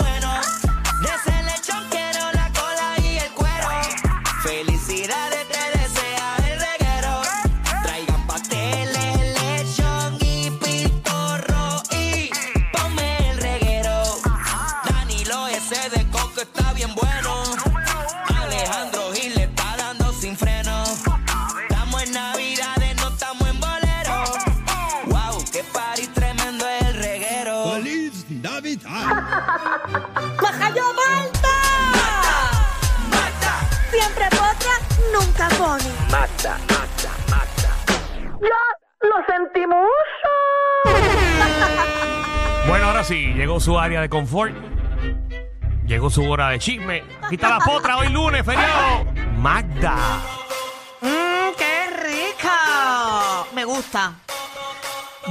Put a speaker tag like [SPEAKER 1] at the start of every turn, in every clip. [SPEAKER 1] bueno. De ese lechón quiero la cola y el cuero. Felicidades te desea el reguero. Traigan pasteles, lechón y pintorro y ponme el reguero. Danilo ese de coco está bien bueno. Alejandro Gil le está dando sin freno. Estamos en Navidades, no estamos en bolero. Wow, qué party tremendo el reguero.
[SPEAKER 2] ¡Feliz Navidad!
[SPEAKER 3] ¡Baja yo, Malta!
[SPEAKER 1] Mata,
[SPEAKER 3] Siempre potra, nunca pone.
[SPEAKER 4] Bueno, ahora sí, llegó su área de confort. Llegó su hora de chisme. Aquí está la potra hoy lunes, feriado. Magda.
[SPEAKER 5] Mmm, qué rica. Me gusta.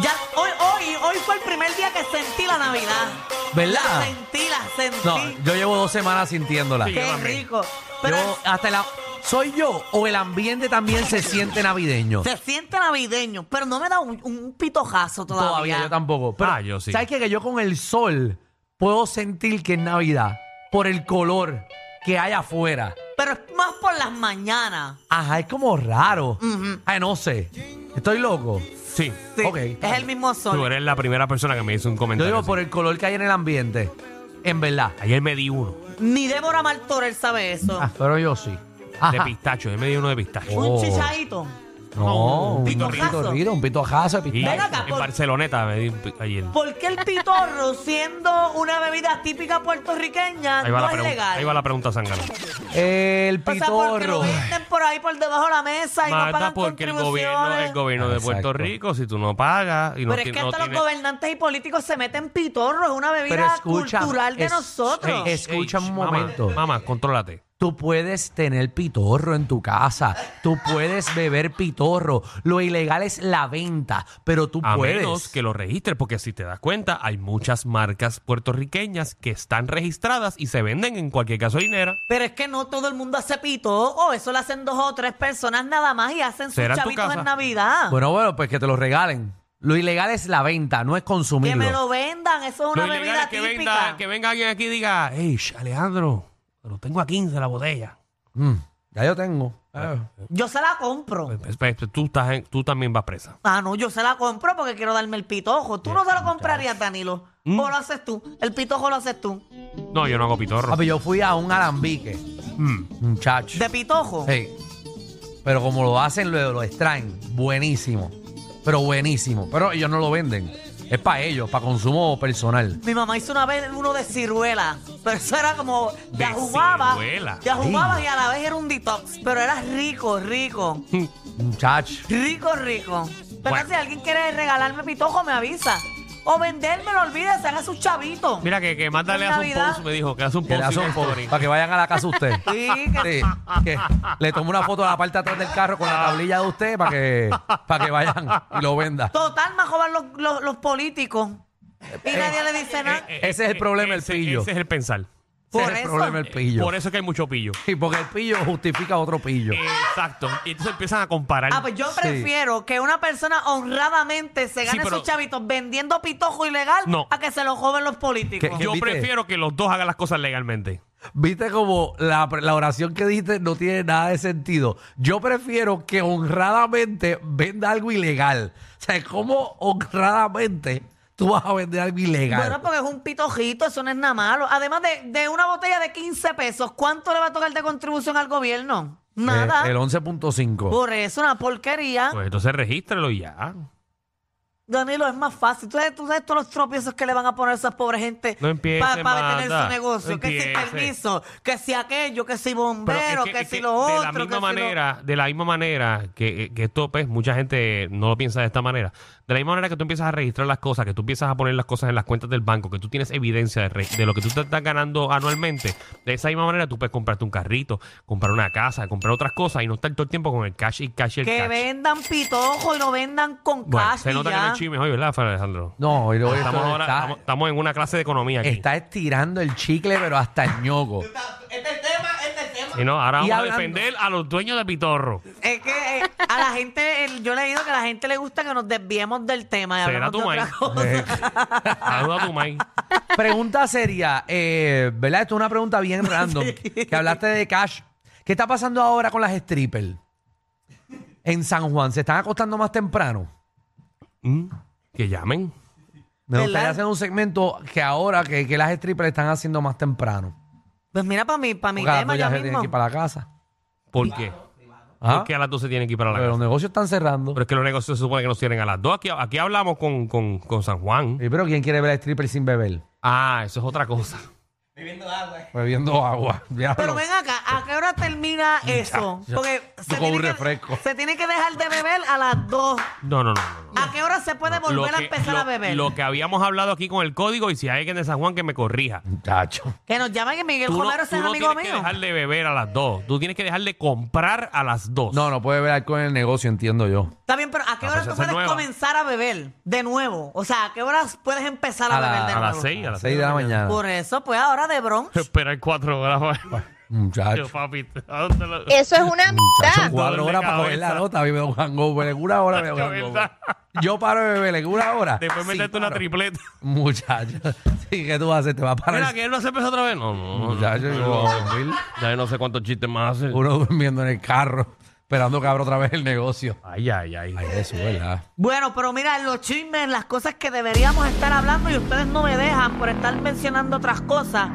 [SPEAKER 5] Ya, hoy, hoy, hoy fue el primer día que sentí la Navidad. La
[SPEAKER 6] ¿Verdad?
[SPEAKER 5] sentí, la sentí.
[SPEAKER 6] No, yo llevo dos semanas sintiéndola.
[SPEAKER 4] Sí.
[SPEAKER 6] Yo
[SPEAKER 5] qué
[SPEAKER 4] yo también.
[SPEAKER 5] rico. Pero
[SPEAKER 6] hasta la. ¿Soy yo o el ambiente también se siente navideño?
[SPEAKER 5] se siente navideño, pero no me da un, un pitojazo todavía.
[SPEAKER 6] Todavía yo tampoco. Pero,
[SPEAKER 4] Ah, yo sí.
[SPEAKER 6] ¿Sabes qué? Que yo con el sol puedo sentir que es Navidad por el color que hay afuera.
[SPEAKER 5] Pero es más por las mañanas.
[SPEAKER 6] Ajá, es como raro. Ay, no sé. Estoy loco.
[SPEAKER 4] Sí.
[SPEAKER 5] Sí,
[SPEAKER 6] Ok.
[SPEAKER 5] es el mismo
[SPEAKER 4] Tú
[SPEAKER 5] sol.
[SPEAKER 4] eres la primera persona que me hizo un
[SPEAKER 6] Yo
[SPEAKER 4] comentario.
[SPEAKER 6] digo pues-
[SPEAKER 4] así.
[SPEAKER 6] por el color que hay en el ambiente. En verdad.
[SPEAKER 4] Ayer me di uno
[SPEAKER 5] Ni Débora Martorell sabe eso.
[SPEAKER 6] Ah, pero yo sí.
[SPEAKER 4] de
[SPEAKER 6] Ajá.
[SPEAKER 4] pistacho. Ayer me di uno de pistacho.
[SPEAKER 5] Un
[SPEAKER 6] Oh.
[SPEAKER 5] chichadito.
[SPEAKER 6] No, un
[SPEAKER 5] Pitojazo.
[SPEAKER 6] pitorrido, un pitojazo de
[SPEAKER 4] Y
[SPEAKER 6] pistacho.
[SPEAKER 5] Ven acá,
[SPEAKER 4] en
[SPEAKER 5] por-
[SPEAKER 4] Barceloneta me di un pi- ayer.
[SPEAKER 5] ¿Por qué el pitorro, siendo una bebida típica puertorriqueña,
[SPEAKER 4] Ahí va,
[SPEAKER 5] no
[SPEAKER 4] la
[SPEAKER 5] es
[SPEAKER 4] pregunta-
[SPEAKER 5] legal?
[SPEAKER 4] ahí va la pregunta sangana.
[SPEAKER 6] El
[SPEAKER 5] O sea, porque lo
[SPEAKER 6] pitorro.
[SPEAKER 5] venden por ahí, por debajo de la mesa y no
[SPEAKER 4] Magda,
[SPEAKER 5] pagan
[SPEAKER 4] porque el gobierno,
[SPEAKER 5] contribuciones.
[SPEAKER 4] el gobierno de
[SPEAKER 6] Exacto.
[SPEAKER 4] Puerto Rico, si tú no pagas y no,
[SPEAKER 5] Pero es
[SPEAKER 4] ti-
[SPEAKER 5] que
[SPEAKER 4] no
[SPEAKER 5] hasta los
[SPEAKER 4] tienes-
[SPEAKER 5] gobernantes y políticos se meten pitorro, es una bebida cultural de
[SPEAKER 6] es-
[SPEAKER 5] nosotros.
[SPEAKER 6] ey, escucha
[SPEAKER 4] Ey,
[SPEAKER 6] un
[SPEAKER 4] mamá,
[SPEAKER 6] momento.
[SPEAKER 4] Mamá, contrólate.
[SPEAKER 6] Tú puedes tener pitorro en tu casa, tú puedes beber pitorro. Lo ilegal es la venta, pero tú
[SPEAKER 4] A
[SPEAKER 6] puedes.
[SPEAKER 4] menos que lo registres, porque si te das cuenta, hay muchas marcas puertorriqueñas que están registradas y se venden en cualquier gasolinera.
[SPEAKER 5] Pero es que no todo el mundo hace pitorro, eso lo hacen dos o tres personas nada más y hacen sus
[SPEAKER 4] ¿Será en tu
[SPEAKER 5] chavitos
[SPEAKER 4] casa?
[SPEAKER 5] en Navidad.
[SPEAKER 6] Bueno, bueno, pues que te lo regalen. Lo ilegal es la venta, no es
[SPEAKER 5] que me
[SPEAKER 6] consumirlo.
[SPEAKER 5] lo vendan, eso es
[SPEAKER 4] Lo
[SPEAKER 5] una
[SPEAKER 4] ilegal
[SPEAKER 5] bebida
[SPEAKER 4] es que,
[SPEAKER 5] típica.
[SPEAKER 4] venda- que venga alguien aquí y diga, hey, Alejandro, lo tengo a 15 la botella.
[SPEAKER 6] Mm, ya yo tengo. Ah,
[SPEAKER 5] Yo se la compro.
[SPEAKER 4] Pues, pues, pues, tú, estás en- tú también vas presa.
[SPEAKER 5] Ah, no, yo se la compro porque quiero darme el pitojo. Tú no se lo comprarías, Danilo.
[SPEAKER 4] Mm.
[SPEAKER 5] O lo haces tú. El pitojo lo haces tú.
[SPEAKER 4] No, yo no hago pitorro.
[SPEAKER 6] pero yo fui a un alambique,
[SPEAKER 4] Mm.
[SPEAKER 6] muchacho.
[SPEAKER 5] De pitojo.
[SPEAKER 6] Ey, Pero como lo hacen, lo, lo extraen. Buenísimo. Pero buenísimo. Pero ellos no lo venden. Es para ellos, para consumo personal.
[SPEAKER 5] Mi mamá hizo una vez uno de ciruela, pero eso era como ya
[SPEAKER 4] De
[SPEAKER 5] jugaba,
[SPEAKER 4] ciruela.
[SPEAKER 5] ya jugaba y a la vez era un detox, pero era rico, rico,
[SPEAKER 6] Muchacho.
[SPEAKER 5] rico, rico. Pero
[SPEAKER 4] Bueno.
[SPEAKER 5] si alguien quiere regalarme pitojo me avisa o vendérmelo, olvídese, haga su chavito.
[SPEAKER 4] Mira que, que Magda
[SPEAKER 5] En
[SPEAKER 4] le hace un
[SPEAKER 5] Navidad.
[SPEAKER 4] post, me dijo, que hace un
[SPEAKER 6] Que
[SPEAKER 4] post.
[SPEAKER 6] le
[SPEAKER 4] y
[SPEAKER 6] hace
[SPEAKER 4] una
[SPEAKER 6] un post
[SPEAKER 4] story.
[SPEAKER 6] para que vayan a la casa usted.
[SPEAKER 5] Sí, que-
[SPEAKER 6] Sí, que le tomo una foto a la parte de atrás del carro con la tablilla de usted para que, para que vayan y lo venda.
[SPEAKER 5] total más joven los, los- los políticos y nadie le dice nada.
[SPEAKER 4] Eh,
[SPEAKER 6] Ese es el problema, el
[SPEAKER 4] ese-
[SPEAKER 6] pillo.
[SPEAKER 4] Ese es el pensar.
[SPEAKER 6] Ese
[SPEAKER 5] por
[SPEAKER 6] es el
[SPEAKER 5] eso.
[SPEAKER 6] problema el pillo.
[SPEAKER 4] Por eso es que hay mucho pillo.
[SPEAKER 6] Sí, porque el pillo justifica otro pillo.
[SPEAKER 4] Exacto. Y entonces empiezan a comparar.
[SPEAKER 5] Ah, pues yo prefiero que una persona honradamente se gane
[SPEAKER 4] pero-
[SPEAKER 5] sus chavitos vendiendo pitojo ilegal
[SPEAKER 4] No.
[SPEAKER 5] a que se lo joven los políticos.
[SPEAKER 6] ¿Qué- qué-
[SPEAKER 4] yo
[SPEAKER 6] ¿viste?
[SPEAKER 4] prefiero que los dos hagan las cosas legalmente.
[SPEAKER 6] Viste como la, la oración que diste no tiene nada de sentido. Yo prefiero que honradamente venda algo ilegal. O sea, ¿cómo honradamente tú vas a vender algo ilegal.
[SPEAKER 5] Bueno, pues, porque es un pitojito, eso no es nada malo. Además de, de una botella de 15 pesos, ¿cuánto le va a tocar de contribución al gobierno?
[SPEAKER 6] Eh,
[SPEAKER 5] Nada.
[SPEAKER 6] el 11.5.
[SPEAKER 5] Por eso, una porquería.
[SPEAKER 4] Pues entonces regístralo y ya.
[SPEAKER 5] Danilo, es más fácil. ¿Tú sabes, tú sabes todos los tropiezos que le van a poner a esas pobres gente
[SPEAKER 4] No empieces,
[SPEAKER 5] para detener
[SPEAKER 4] Magda.
[SPEAKER 5] su negocio?
[SPEAKER 4] No
[SPEAKER 5] que si
[SPEAKER 4] empieces.
[SPEAKER 5] permiso, que si aquello, que si
[SPEAKER 4] Pero es
[SPEAKER 5] bombero,
[SPEAKER 4] que-
[SPEAKER 5] que,
[SPEAKER 4] es
[SPEAKER 5] si
[SPEAKER 4] que
[SPEAKER 5] lo
[SPEAKER 4] de
[SPEAKER 5] otro.
[SPEAKER 4] la
[SPEAKER 5] que
[SPEAKER 4] misma
[SPEAKER 5] si lo-
[SPEAKER 4] manera, de la misma manera que, que esto, pues, mucha gente no lo piensa de esta manera. De la misma manera que tú empiezas a registrar las cosas, que tú empiezas a poner las cosas en las cuentas del banco, que tú tienes evidencia de, re- de lo que tú te estás ganando anualmente, de esa misma manera tú puedes comprarte un carrito, comprar una casa, comprar otras cosas y no estar todo el tiempo con el cash y cash y el
[SPEAKER 5] Que
[SPEAKER 4] cash.
[SPEAKER 5] vendan pitojo y lo vendan con
[SPEAKER 4] Bueno,
[SPEAKER 5] cash.
[SPEAKER 4] se
[SPEAKER 5] y
[SPEAKER 4] nota
[SPEAKER 5] ya.
[SPEAKER 4] que no es chisme hoy, ¿verdad, Alejandro?
[SPEAKER 6] No, y luego
[SPEAKER 4] Estamos,
[SPEAKER 6] esto
[SPEAKER 4] ahora-
[SPEAKER 6] está,
[SPEAKER 4] estamos- estamos en una clase de economía aquí.
[SPEAKER 6] está estirando el chicle, pero hasta el ñoco.
[SPEAKER 4] Y no, ahora
[SPEAKER 6] Y
[SPEAKER 4] vamos a
[SPEAKER 6] hablando-
[SPEAKER 4] defender a los dueños de Pitorro.
[SPEAKER 5] Es que eh, a la gente, el- yo he leído que a la gente le gusta que nos desviemos del tema. Y
[SPEAKER 4] Será
[SPEAKER 5] hablemos
[SPEAKER 4] tu
[SPEAKER 5] de
[SPEAKER 4] maíz.
[SPEAKER 5] otra cosa.
[SPEAKER 4] Saluda a tu maíz.
[SPEAKER 6] Pregunta seria, eh, ¿verdad? Esto es una pregunta bien random. Que hablaste de cash. ¿Qué está pasando ahora con las strippers? En San Juan, ¿se están acostando más temprano?
[SPEAKER 4] Mm, Que llamen.
[SPEAKER 6] Me gustaría
[SPEAKER 5] ¿Verdad?
[SPEAKER 6] hacer un segmento que ahora que, que las strippers están haciendo más temprano.
[SPEAKER 5] Pues mira, para mi, para mi
[SPEAKER 6] Porque las
[SPEAKER 5] tema
[SPEAKER 6] dos ya
[SPEAKER 5] ya
[SPEAKER 6] se tienen
[SPEAKER 5] mismo.
[SPEAKER 6] que ir para la casa.
[SPEAKER 4] ¿Por qué?
[SPEAKER 6] Ajá.
[SPEAKER 4] Porque a las 12 tienen que ir para la
[SPEAKER 6] Ah. Pero los
[SPEAKER 4] casa.
[SPEAKER 6] negocios están cerrando.
[SPEAKER 4] Pero es que los negocios se supone que nos cierren a las 2. Aquí, aquí hablamos con, con, con San Juan.
[SPEAKER 6] Sí, pero ¿quién quiere ver a stripper sin beber?
[SPEAKER 4] Ah, eso es otra cosa.
[SPEAKER 6] Bebiendo agua. Diablo.
[SPEAKER 5] Pero ven acá, ¿a qué hora termina eso?
[SPEAKER 6] ya.
[SPEAKER 5] Porque se
[SPEAKER 6] Yo
[SPEAKER 5] tiene,
[SPEAKER 6] con un
[SPEAKER 5] que,
[SPEAKER 6] refresco.
[SPEAKER 5] se tiene que dejar de beber a las 2.
[SPEAKER 4] No, no, no. no, no.
[SPEAKER 5] ¿A qué hora se puede
[SPEAKER 4] Lo
[SPEAKER 5] volver a
[SPEAKER 4] que-
[SPEAKER 5] empezar
[SPEAKER 4] lo-
[SPEAKER 5] a beber?
[SPEAKER 4] Lo que habíamos hablado aquí con el código y si hay alguien de San Juan que me corrija.
[SPEAKER 6] Chacho.
[SPEAKER 5] Que nos llamen que Miguel
[SPEAKER 4] Tú no,
[SPEAKER 5] Romero
[SPEAKER 4] tú
[SPEAKER 5] sea
[SPEAKER 4] no
[SPEAKER 5] amigo
[SPEAKER 4] tienes
[SPEAKER 5] mío.
[SPEAKER 4] que dejar de beber a las 2. Tú tienes que dejar de comprar a las 2.
[SPEAKER 6] No, no puede beber alcohol en el negocio, entiendo yo.
[SPEAKER 5] Está bien, pero ¿a qué
[SPEAKER 4] Ah,
[SPEAKER 5] hora
[SPEAKER 4] pues
[SPEAKER 5] tú
[SPEAKER 4] esa es
[SPEAKER 5] puedes
[SPEAKER 4] nueva.
[SPEAKER 5] comenzar a beber de nuevo? O sea, ¿a qué horas puedes empezar a,
[SPEAKER 6] A la-
[SPEAKER 5] beber de
[SPEAKER 4] A
[SPEAKER 5] nuevo?
[SPEAKER 4] las 6, a las 6
[SPEAKER 6] Seis de la mañana.
[SPEAKER 5] Por eso, pues ahora de Bronx.
[SPEAKER 4] Esperar 4 horas para
[SPEAKER 6] Muchacho.
[SPEAKER 4] Yo, papi. ¿a dónde lo-
[SPEAKER 5] Eh,
[SPEAKER 7] Eso es una
[SPEAKER 6] Muchacho,
[SPEAKER 7] mitad.
[SPEAKER 6] cuatro
[SPEAKER 4] Dolor de
[SPEAKER 6] horas para
[SPEAKER 4] cabeza.
[SPEAKER 6] coger la nota. A mí me da un hangover. En una hora me da un
[SPEAKER 4] De
[SPEAKER 6] hangover.
[SPEAKER 4] verdad.
[SPEAKER 6] Yo paro de beber en una hora.
[SPEAKER 4] Después
[SPEAKER 6] Sí,
[SPEAKER 4] meterte una
[SPEAKER 6] paro.
[SPEAKER 4] tripleta.
[SPEAKER 6] Muchacho. Sí, ¿qué tú vas a hacer? Te vas a parar.
[SPEAKER 4] Mira, que él no se empezó otra vez. No, no, no.
[SPEAKER 6] Muchacho, yo
[SPEAKER 4] no.
[SPEAKER 6] voy a dormir.
[SPEAKER 4] Ya yo no sé cuántos chistes más hace.
[SPEAKER 6] Uno durmiendo en el carro, esperando que abra otra vez el negocio.
[SPEAKER 4] Ay, ay, ay.
[SPEAKER 6] Ay, eso, ¿verdad?
[SPEAKER 5] Bueno, pero mira, los chismes, las cosas que deberíamos estar hablando y ustedes no me dejan por estar mencionando otras cosas.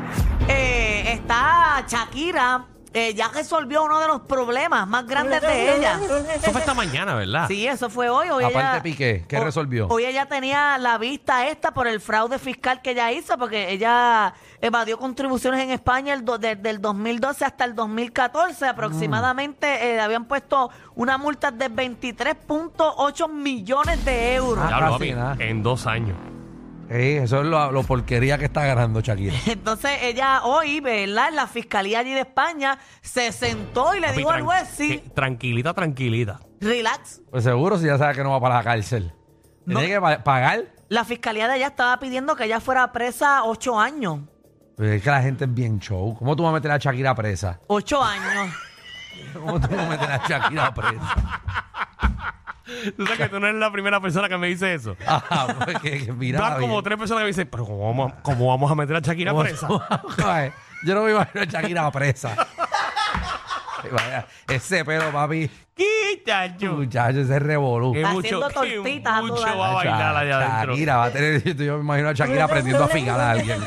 [SPEAKER 5] Eh, está Shakira, eh, ya resolvió uno de los problemas más grandes de ella.
[SPEAKER 4] Eso fue esta mañana, ¿verdad?
[SPEAKER 5] Sí, eso fue hoy. hoy
[SPEAKER 6] Aparte
[SPEAKER 5] ella-
[SPEAKER 6] Piqué, ¿qué
[SPEAKER 5] ho-
[SPEAKER 6] resolvió?
[SPEAKER 5] Hoy ella tenía la vista esta por el fraude fiscal que ella hizo, porque ella evadió contribuciones en España el do- desde el 2012 hasta el 2014. Aproximadamente eh, le habían puesto una multa de 23.8 millones de euros.
[SPEAKER 6] Ah,
[SPEAKER 4] Ya lo
[SPEAKER 6] casi
[SPEAKER 4] papi,
[SPEAKER 6] nada.
[SPEAKER 4] en dos años.
[SPEAKER 6] Ey, eso es lo, lo porquería que está ganando Shakira.
[SPEAKER 5] Entonces ella hoy, ¿verdad? En La fiscalía allí de España se sentó y le
[SPEAKER 4] Papi,
[SPEAKER 5] dijo al
[SPEAKER 4] tran- eh,
[SPEAKER 5] juez, sí,
[SPEAKER 4] que- tranquilita, tranquilita.
[SPEAKER 5] relax.
[SPEAKER 6] Pues seguro si ya sabe que no va para la cárcel.
[SPEAKER 5] No.
[SPEAKER 6] Tiene que pa- pagar.
[SPEAKER 5] La fiscalía de allá estaba pidiendo que ella fuera presa ocho años.
[SPEAKER 6] Pero Pues es que la gente es bien show. ¿Cómo tú vas a meter a Shakira presa?
[SPEAKER 5] Ocho años.
[SPEAKER 6] ¿Cómo tú vas a meter a Shakira presa?
[SPEAKER 4] Tú sabes que tú no eres la primera persona que me dice eso.
[SPEAKER 6] Ah, porque que mira.
[SPEAKER 4] Van como tres personas que me dicen, pero ¿cómo vamos, a- cómo vamos a meter a Shakira presa?
[SPEAKER 6] Yo no me imagino a Shakira presa. Ay, vaya, ese pelo, papi.
[SPEAKER 4] Muchacho.
[SPEAKER 6] Muchacho, ese revolú.
[SPEAKER 4] Que
[SPEAKER 5] Haciendo
[SPEAKER 4] mucho, que
[SPEAKER 5] tortitas a
[SPEAKER 4] mucho
[SPEAKER 5] todas.
[SPEAKER 4] va a bailar allá adentro.
[SPEAKER 6] Shakira va a tener. Yo yo me imagino a Shakira aprendiendo a fijar a alguien.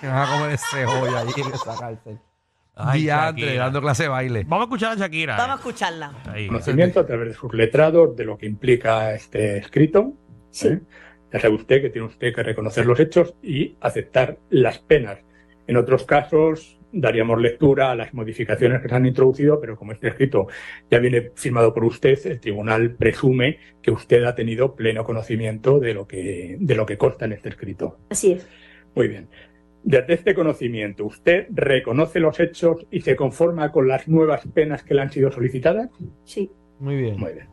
[SPEAKER 6] Que van a comer ese joya allí en esa cárcel.
[SPEAKER 4] Ay,
[SPEAKER 6] Diantre,
[SPEAKER 4] Shakira.
[SPEAKER 6] dando clase de baile.
[SPEAKER 4] Vamos a escuchar a Shakira. eh.
[SPEAKER 5] Vamos a escucharla.
[SPEAKER 4] Ahí.
[SPEAKER 8] conocimiento a través de sus letrados, de lo que implica este escrito. ¿eh? Ya sabe usted que tiene usted que reconocer los hechos y aceptar las penas. En otros casos daríamos lectura a las modificaciones que se han introducido, pero como este escrito ya viene firmado por usted, el tribunal presume que usted ha tenido pleno conocimiento de lo que, de lo que consta en este escrito.
[SPEAKER 7] Así es.
[SPEAKER 8] Muy bien. Desde este conocimiento, ¿usted reconoce los hechos y se conforma con las nuevas penas que le han sido solicitadas?
[SPEAKER 7] Sí,
[SPEAKER 6] Muy bien.
[SPEAKER 8] Muy bien.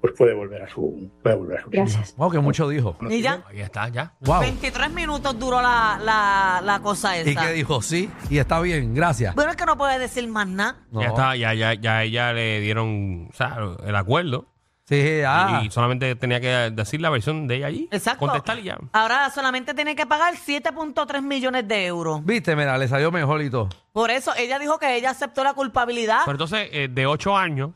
[SPEAKER 8] Pues puede volver a su, puede volver a su
[SPEAKER 7] gracias.
[SPEAKER 6] Wow, que mucho dijo.
[SPEAKER 5] Y ya,
[SPEAKER 4] Ahí está, ya.
[SPEAKER 6] Wow.
[SPEAKER 5] 23 minutos duró la, la, la cosa
[SPEAKER 6] Y
[SPEAKER 5] esa.
[SPEAKER 6] que dijo sí, y está bien, gracias.
[SPEAKER 5] Bueno, es que no puede decir más nada.
[SPEAKER 6] No.
[SPEAKER 4] Ya está, ya, ya, ya, ella le dieron o sea, el acuerdo.
[SPEAKER 6] Sí, ah.
[SPEAKER 4] Y solamente tenía que decir la versión de ella allí.
[SPEAKER 5] Exacto. Ah.
[SPEAKER 4] Contestar y ya.
[SPEAKER 5] Ahora solamente tiene que pagar 7.3 millones de euros.
[SPEAKER 6] Viste, mira, le salió mejor y todo.
[SPEAKER 5] Por eso ella dijo que ella aceptó la culpabilidad.
[SPEAKER 4] Pero entonces, eh, de ocho años,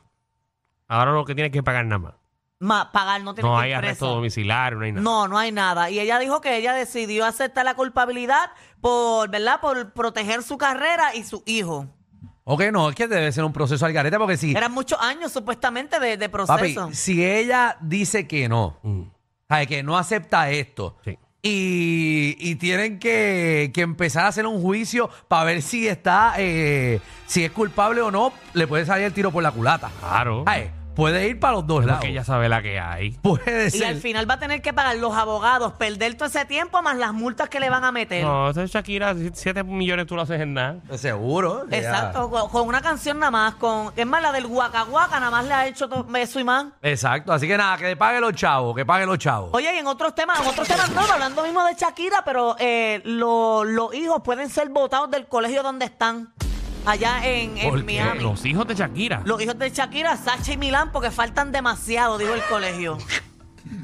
[SPEAKER 4] ahora lo que tiene es que pagar nada más.
[SPEAKER 5] ma- pagar, no tiene
[SPEAKER 4] No
[SPEAKER 5] que
[SPEAKER 4] hay
[SPEAKER 5] ir
[SPEAKER 4] arresto
[SPEAKER 5] presa.
[SPEAKER 4] domiciliario, no hay nada.
[SPEAKER 5] No, no hay nada. Y ella dijo que ella decidió aceptar la culpabilidad por, ¿verdad? Por proteger su carrera y su hijo.
[SPEAKER 6] Ok, no, es que debe ser un proceso al garete porque si.
[SPEAKER 5] Eran muchos años supuestamente de, de
[SPEAKER 6] Papi,
[SPEAKER 5] proceso.
[SPEAKER 6] si ella dice que no,
[SPEAKER 4] Mm,
[SPEAKER 6] sabe, que no acepta esto.
[SPEAKER 4] Sí.
[SPEAKER 6] Y, y tienen que, que empezar a hacer un juicio para ver si está, eh, si es culpable o no, le puede salir el tiro por la culata.
[SPEAKER 4] Claro.
[SPEAKER 6] Ay, puede ir para los dos lados.
[SPEAKER 4] Porque ella sabe la que hay.
[SPEAKER 6] Puede
[SPEAKER 5] y al
[SPEAKER 6] ser.
[SPEAKER 5] final va a tener que pagar los abogados, perder todo ese tiempo más las multas que le van a meter.
[SPEAKER 4] No, esa Shakira, 7 millones tú lo haces en nada.
[SPEAKER 6] Seguro. ella-
[SPEAKER 5] Exacto, con- con una canción nada más, con es más la del Waka Waka, nada más le ha hecho to- eso y más.
[SPEAKER 6] Exacto. Así que nada, que pague los chavos, que pague los chavos.
[SPEAKER 5] Oye, y en otros temas, en otros temas no, hablando mismo de Shakira, pero eh, lo- los hijos pueden ser votados del colegio donde están, allá en, en
[SPEAKER 4] Porque
[SPEAKER 5] Miami. Los...
[SPEAKER 4] los hijos de Shakira.
[SPEAKER 5] hijos de Shakira, Sacha y Milán, porque faltan demasiado, dijo el colegio.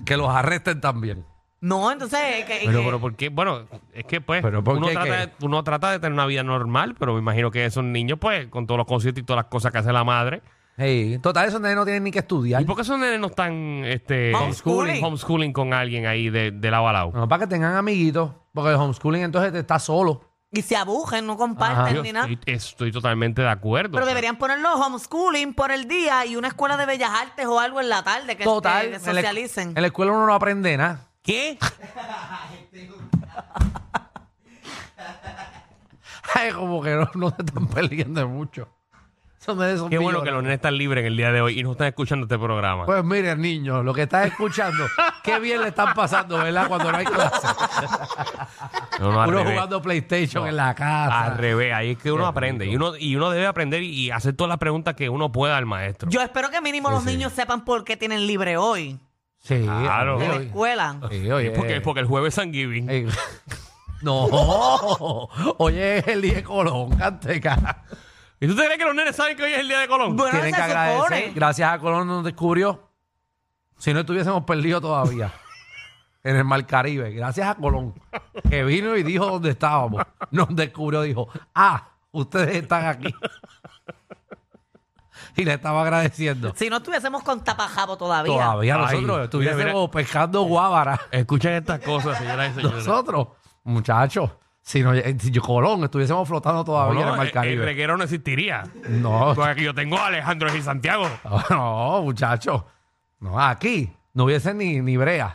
[SPEAKER 6] Que los arresten también.
[SPEAKER 5] No, entonces... eh, que-
[SPEAKER 4] Pero,
[SPEAKER 5] que-
[SPEAKER 4] pero, ¿por qué? Bueno, es que pues
[SPEAKER 6] Pero, ¿por
[SPEAKER 4] uno,
[SPEAKER 6] qué
[SPEAKER 4] trata
[SPEAKER 6] qué?
[SPEAKER 4] de, uno trata de tener una vida normal, pero me imagino que esos niños, pues, con todos los conciertos y todas las cosas que hace la madre.
[SPEAKER 6] Hey, total, esos nenes no tienen ni que estudiar.
[SPEAKER 4] ¿Y por qué esos nenes no están este,
[SPEAKER 5] Homeschooling.
[SPEAKER 4] homeschooling con alguien ahí de, de lado a lado?
[SPEAKER 6] No, para que tengan amiguitos, porque el homeschooling entonces te está solo.
[SPEAKER 5] Y se abujen, no comparten
[SPEAKER 4] Yo
[SPEAKER 5] ni nada.
[SPEAKER 4] estoy, estoy totalmente de acuerdo.
[SPEAKER 5] Ah. Pero deberían ponerlo homeschooling por el día y una escuela de bellas artes o algo en la tarde que,
[SPEAKER 6] Total.
[SPEAKER 5] que
[SPEAKER 6] en la-
[SPEAKER 5] socialicen.
[SPEAKER 6] En la escuela uno no aprende nada.
[SPEAKER 4] ¿Qué?
[SPEAKER 6] Ay, como que no, no se están perdiendo mucho. Son de esos
[SPEAKER 4] Qué bueno que
[SPEAKER 6] millones.
[SPEAKER 4] los nenes están libres en el día de hoy y no están escuchando este programa.
[SPEAKER 6] Pues miren, niños, lo que estás escuchando, qué bien le están pasando, ¿verdad? Cuando no hay clase.
[SPEAKER 4] No, no, al
[SPEAKER 6] uno
[SPEAKER 4] revés.
[SPEAKER 6] jugando PlayStation
[SPEAKER 4] No.
[SPEAKER 6] en la casa.
[SPEAKER 4] Al revés, ahí es que uno aprende. Y uno, y uno debe aprender y, y hacer todas las preguntas que uno pueda al maestro.
[SPEAKER 5] Yo espero que mínimo los niños sepan por qué tienen libre hoy
[SPEAKER 6] Sí,
[SPEAKER 4] Claro.
[SPEAKER 6] oye,
[SPEAKER 5] en la
[SPEAKER 6] oye.
[SPEAKER 5] escuela.
[SPEAKER 6] Sí, oye.
[SPEAKER 4] Es porque, es porque el jueves es Thanksgiving.
[SPEAKER 6] Ey. No, oye, es el día de Colón, canteca.
[SPEAKER 4] ¿Y tú te crees que los nenes saben que hoy es el día de Colón?
[SPEAKER 5] Bueno,
[SPEAKER 6] Tienen
[SPEAKER 5] se
[SPEAKER 6] que agradecer.
[SPEAKER 5] supone.
[SPEAKER 6] Gracias a Colón nos descubrió. Si no estuviésemos perdidos todavía en el Mar Caribe. Gracias a Colón, que vino y dijo dónde estábamos. Nos descubrió, dijo, ah, ustedes están aquí. Y le estaba agradeciendo.
[SPEAKER 5] Si no estuviésemos con tapajabo todavía.
[SPEAKER 6] Todavía
[SPEAKER 4] Ay,
[SPEAKER 6] nosotros
[SPEAKER 4] mira,
[SPEAKER 6] estuviésemos
[SPEAKER 4] mira.
[SPEAKER 6] pescando guábara.
[SPEAKER 4] Escuchen estas cosas, señoras y señores.
[SPEAKER 6] Nosotros, muchachos, si, no, si yo Colón estuviésemos flotando
[SPEAKER 4] No, eh,
[SPEAKER 6] todavía en
[SPEAKER 4] no,
[SPEAKER 6] el
[SPEAKER 4] el,
[SPEAKER 6] Mar
[SPEAKER 4] el
[SPEAKER 6] Caribe.
[SPEAKER 4] reguero no existiría.
[SPEAKER 6] No,
[SPEAKER 4] Porque aquí yo tengo a Alejandro y Santiago.
[SPEAKER 6] no, muchachos. No, aquí no hubiese ni, ni brea.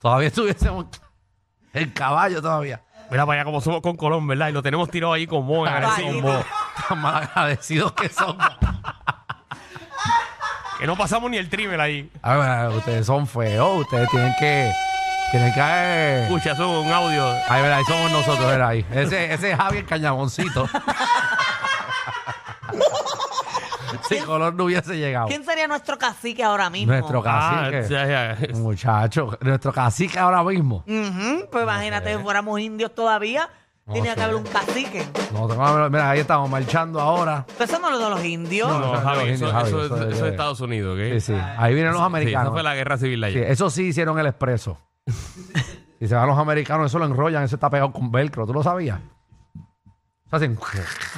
[SPEAKER 6] Todavía estuviésemos el caballo todavía.
[SPEAKER 4] Mira para allá como somos con Colón, ¿verdad? Y lo tenemos tirado ahí con Mo. en agresivo.
[SPEAKER 5] Ay,
[SPEAKER 6] Como tan mal agradecidos que son.
[SPEAKER 4] Que no pasamos ni el trimel ahí.
[SPEAKER 6] A ver, ustedes son feos, ustedes tienen que... Tienen que...
[SPEAKER 4] Escucha, eso es un audio.
[SPEAKER 6] Ahí, verá, ahí somos nosotros, verá, ahí. Ese, ese es Javier Cañaboncito. si Colón no hubiese llegado.
[SPEAKER 5] ¿Quién sería nuestro cacique ahora mismo?
[SPEAKER 6] Nuestro
[SPEAKER 4] Ah,
[SPEAKER 6] cacique.
[SPEAKER 4] ya, ya.
[SPEAKER 6] Muchacho, nuestro cacique ahora mismo.
[SPEAKER 5] Ujú, pues imagínate, si fuéramos indios todavía,
[SPEAKER 6] No
[SPEAKER 5] tenía
[SPEAKER 6] sé.
[SPEAKER 5] que haber un cacique.
[SPEAKER 6] No, tengo- mira, ahí estamos marchando ahora.
[SPEAKER 5] Pero eso no lo de los indios.
[SPEAKER 4] No,
[SPEAKER 6] no,
[SPEAKER 4] Javi,
[SPEAKER 6] no,
[SPEAKER 4] eso,
[SPEAKER 6] Javi,
[SPEAKER 4] eso,
[SPEAKER 6] eso
[SPEAKER 4] es-
[SPEAKER 6] es-
[SPEAKER 4] eso es Estados Unidos, ¿ok?
[SPEAKER 6] Sí, sí. Ahí vienen los
[SPEAKER 4] Sí, esa
[SPEAKER 6] americanos.
[SPEAKER 4] fue la guerra civil
[SPEAKER 6] Sí,
[SPEAKER 4] allá.
[SPEAKER 6] eso sí hicieron el expreso. y se van los americanos, eso lo enrollan, eso está pegado con velcro. ¿Tú lo sabías? Eso hacen-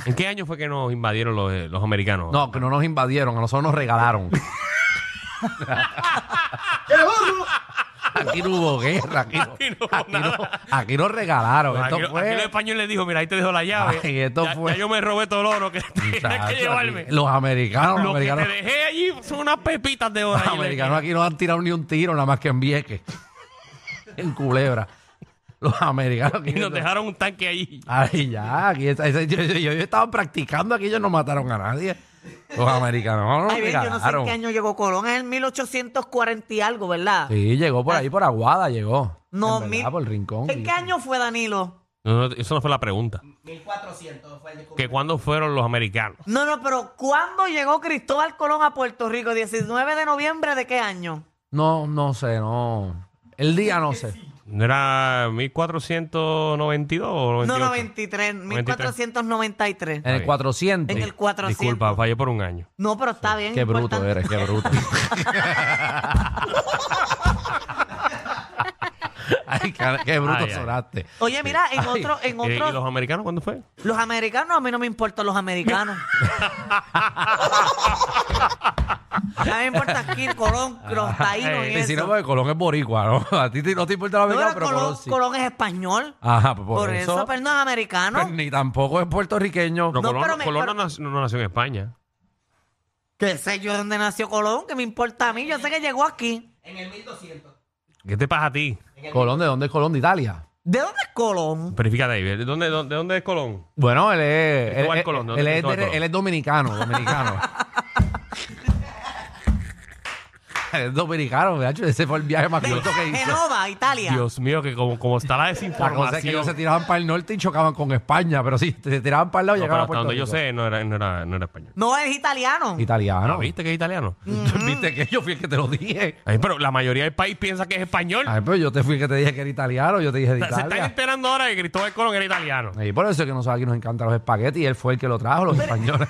[SPEAKER 4] ¿En qué año fue que nos invadieron los, eh, los americanos?
[SPEAKER 6] No, que no nos invadieron, a nosotros nos regalaron. aquí no hubo guerra, aquí no,
[SPEAKER 4] Aquí no hubo
[SPEAKER 6] aquí no-
[SPEAKER 4] nada.
[SPEAKER 6] aquí nos regalaron.
[SPEAKER 4] Aquí,
[SPEAKER 6] Esto
[SPEAKER 4] aquí
[SPEAKER 6] fue-
[SPEAKER 4] el español le dijo, mira, ahí te dejo la llave.
[SPEAKER 6] Ay, esto
[SPEAKER 4] ya,
[SPEAKER 6] fue-
[SPEAKER 4] ya yo me robé todo el oro que tienes que
[SPEAKER 6] Muchacho,
[SPEAKER 4] llevarme.
[SPEAKER 6] aquí- los americanos, los
[SPEAKER 4] Lo que
[SPEAKER 6] americanos,
[SPEAKER 4] te dejé allí son unas pepitas de oro.
[SPEAKER 6] los
[SPEAKER 4] ahí en la
[SPEAKER 6] americanos Ah, aquí no han tirado ni un tiro, nada más que en Vieques. en Culebra. Los americanos aquí.
[SPEAKER 4] esquina. Y nos dejaron un tanque allí.
[SPEAKER 6] Ay, ya, aquí está- ese- yo, yo- yo- yo estaba practicando aquí, ellos no mataron a nadie. Los americanos no nos
[SPEAKER 5] Ay, ven, yo no sé en
[SPEAKER 6] regalaron.
[SPEAKER 5] qué año llegó Colón, es en 1840 y algo, ¿verdad?
[SPEAKER 6] Sí, llegó por ahí, por Aguada, llegó.
[SPEAKER 5] No,
[SPEAKER 6] En verdad,
[SPEAKER 5] mil-
[SPEAKER 6] por el rincón.
[SPEAKER 5] ¿En qué año fue Danilo?
[SPEAKER 4] No, no, eso no fue la pregunta. 1400 fue el ¿Que cuándo fueron los americanos?
[SPEAKER 5] No, no, pero ¿cuándo llegó Cristóbal Colón a Puerto Rico? ¿19 de noviembre de qué año?
[SPEAKER 6] No, no sé, no. El día no sé.
[SPEAKER 4] ¿No era 1492 o 98?
[SPEAKER 5] No, 93, 1493.
[SPEAKER 6] En el
[SPEAKER 4] bien.
[SPEAKER 6] 400.
[SPEAKER 5] En el 400.
[SPEAKER 4] Disculpa, fallé por un año.
[SPEAKER 5] No, pero está bien.
[SPEAKER 6] Qué bruto
[SPEAKER 5] importante.
[SPEAKER 6] eres, qué bruto. Ay, qué, qué bruto
[SPEAKER 4] Ay, ay.
[SPEAKER 6] sonaste.
[SPEAKER 5] Oye, mira, en
[SPEAKER 6] Ay,
[SPEAKER 5] otro, en
[SPEAKER 4] Eh, ¿Y,
[SPEAKER 5] otro,
[SPEAKER 4] y los americanos cuándo fue?
[SPEAKER 5] los americanos, a mí no me importan los americanos. a mí me importa aquí Colón, los taínos y
[SPEAKER 6] Eh, Y si no,
[SPEAKER 5] eso.
[SPEAKER 6] porque Colón es boricua, ¿no? A ti te- no te importa la
[SPEAKER 5] No,
[SPEAKER 6] verdad,
[SPEAKER 5] pero
[SPEAKER 6] pero
[SPEAKER 5] Colón,
[SPEAKER 6] Colón sí.
[SPEAKER 5] Colón es español.
[SPEAKER 6] Ajá, pues por,
[SPEAKER 5] por eso, pero no es americano.
[SPEAKER 6] pues, ni tampoco es puertorriqueño.
[SPEAKER 4] No,
[SPEAKER 5] No,
[SPEAKER 4] Colón,
[SPEAKER 5] pero me-
[SPEAKER 4] Colón
[SPEAKER 5] pero-
[SPEAKER 4] no, nació, no nació en España.
[SPEAKER 5] ¿Qué sé yo dónde nació Colón? ¿Qué me importa a mí? Yo sé que llegó aquí.
[SPEAKER 4] ¿Qué te pasa a ti?
[SPEAKER 6] Colón, ¿de dónde es Colón? De Italia.
[SPEAKER 5] ¿De dónde es Colón?
[SPEAKER 4] Pero fíjate ahí, ¿de dónde, dónde, dónde es Colón?
[SPEAKER 6] Bueno, él es. Él,
[SPEAKER 4] Cristóbal
[SPEAKER 6] él-
[SPEAKER 4] Colón, ¿de
[SPEAKER 6] él
[SPEAKER 4] dónde
[SPEAKER 6] es,
[SPEAKER 4] Cristóbal
[SPEAKER 6] de-
[SPEAKER 4] Colón?
[SPEAKER 6] él es dominicano, dominicano. Él es dominicano, de hecho, ese fue el viaje más
[SPEAKER 5] De
[SPEAKER 6] corto que hizo.
[SPEAKER 5] Genova, Italia.
[SPEAKER 4] Dios mío, que como, como está la
[SPEAKER 6] La cosa es que
[SPEAKER 4] desinformación.
[SPEAKER 6] ellos se tiraban para el norte y chocaban con España, pero sí, se tiraban para el lado y
[SPEAKER 4] No, pero
[SPEAKER 6] llegaban a
[SPEAKER 4] hasta
[SPEAKER 6] Puerto
[SPEAKER 4] donde yo
[SPEAKER 6] Rico.
[SPEAKER 4] sé, no era, no era, no era español.
[SPEAKER 5] No, es italiano.
[SPEAKER 4] Ah,
[SPEAKER 6] Italiano.
[SPEAKER 4] ¿Viste que es italiano?
[SPEAKER 5] Mm.
[SPEAKER 6] Viste que yo fui el que te lo dije.
[SPEAKER 4] Ay, pero la mayoría del país piensa que es español.
[SPEAKER 6] Ay, pero yo te fui el que te dije que era italiano, yo te dije de
[SPEAKER 4] O sea, se están
[SPEAKER 6] Ah, Italia.
[SPEAKER 4] enterando ahora de que Cristóbal Colón era italiano.
[SPEAKER 6] Y por eso es que nosotros aquí nos encantan los espaguetis y él fue el que lo trajo, los españoles.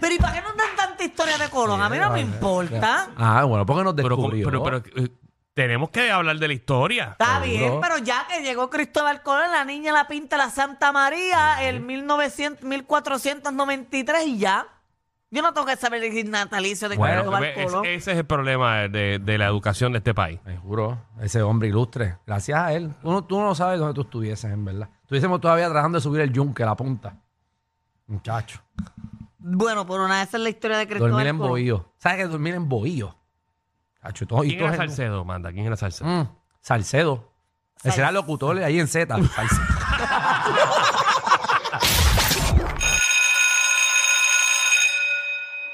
[SPEAKER 5] Pero ¿y para qué nos dan tanta historia de Colón? A mí no me importa.
[SPEAKER 6] Ah, bueno, porque nos
[SPEAKER 4] Pero,
[SPEAKER 6] descubrió.
[SPEAKER 4] pero, pero, eh, tenemos que hablar de la historia.
[SPEAKER 5] Está
[SPEAKER 6] Seguro.
[SPEAKER 5] bien, pero ya que llegó Cristóbal Colón, la niña la pinta la Santa María el 1900, 1493 y ya. Yo no tengo que saber el natalicio de
[SPEAKER 6] Bueno, pues,
[SPEAKER 5] Cristóbal
[SPEAKER 4] Ve, es-
[SPEAKER 5] Colón.
[SPEAKER 4] ese es el problema de, de la educación de este país.
[SPEAKER 6] Me juro, ese hombre ilustre. Gracias a él. Tú no, tú no sabes dónde tú estuvieses, en verdad. Estuviésemos todavía tratando de subir el yunque, la punta. Muchacho.
[SPEAKER 5] Bueno, por una esa es la historia de Cristóbal
[SPEAKER 6] Dormir en
[SPEAKER 5] Colón.
[SPEAKER 6] bohío. ¿Sabes qué? Dormir en bohío. Chacho, y todo, y
[SPEAKER 4] ¿Quién
[SPEAKER 6] todo
[SPEAKER 4] era
[SPEAKER 6] es-
[SPEAKER 4] Salcedo, manda? ¿Quién era Salcedo?
[SPEAKER 6] Mm, Salcedo. Ese era locutor ahí en Z. Salcedo.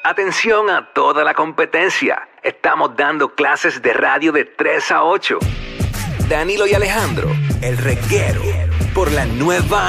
[SPEAKER 7] Atención a toda la competencia. Estamos dando clases de radio de 3 a 8. Danilo y Alejandro, el reguero, por la nueva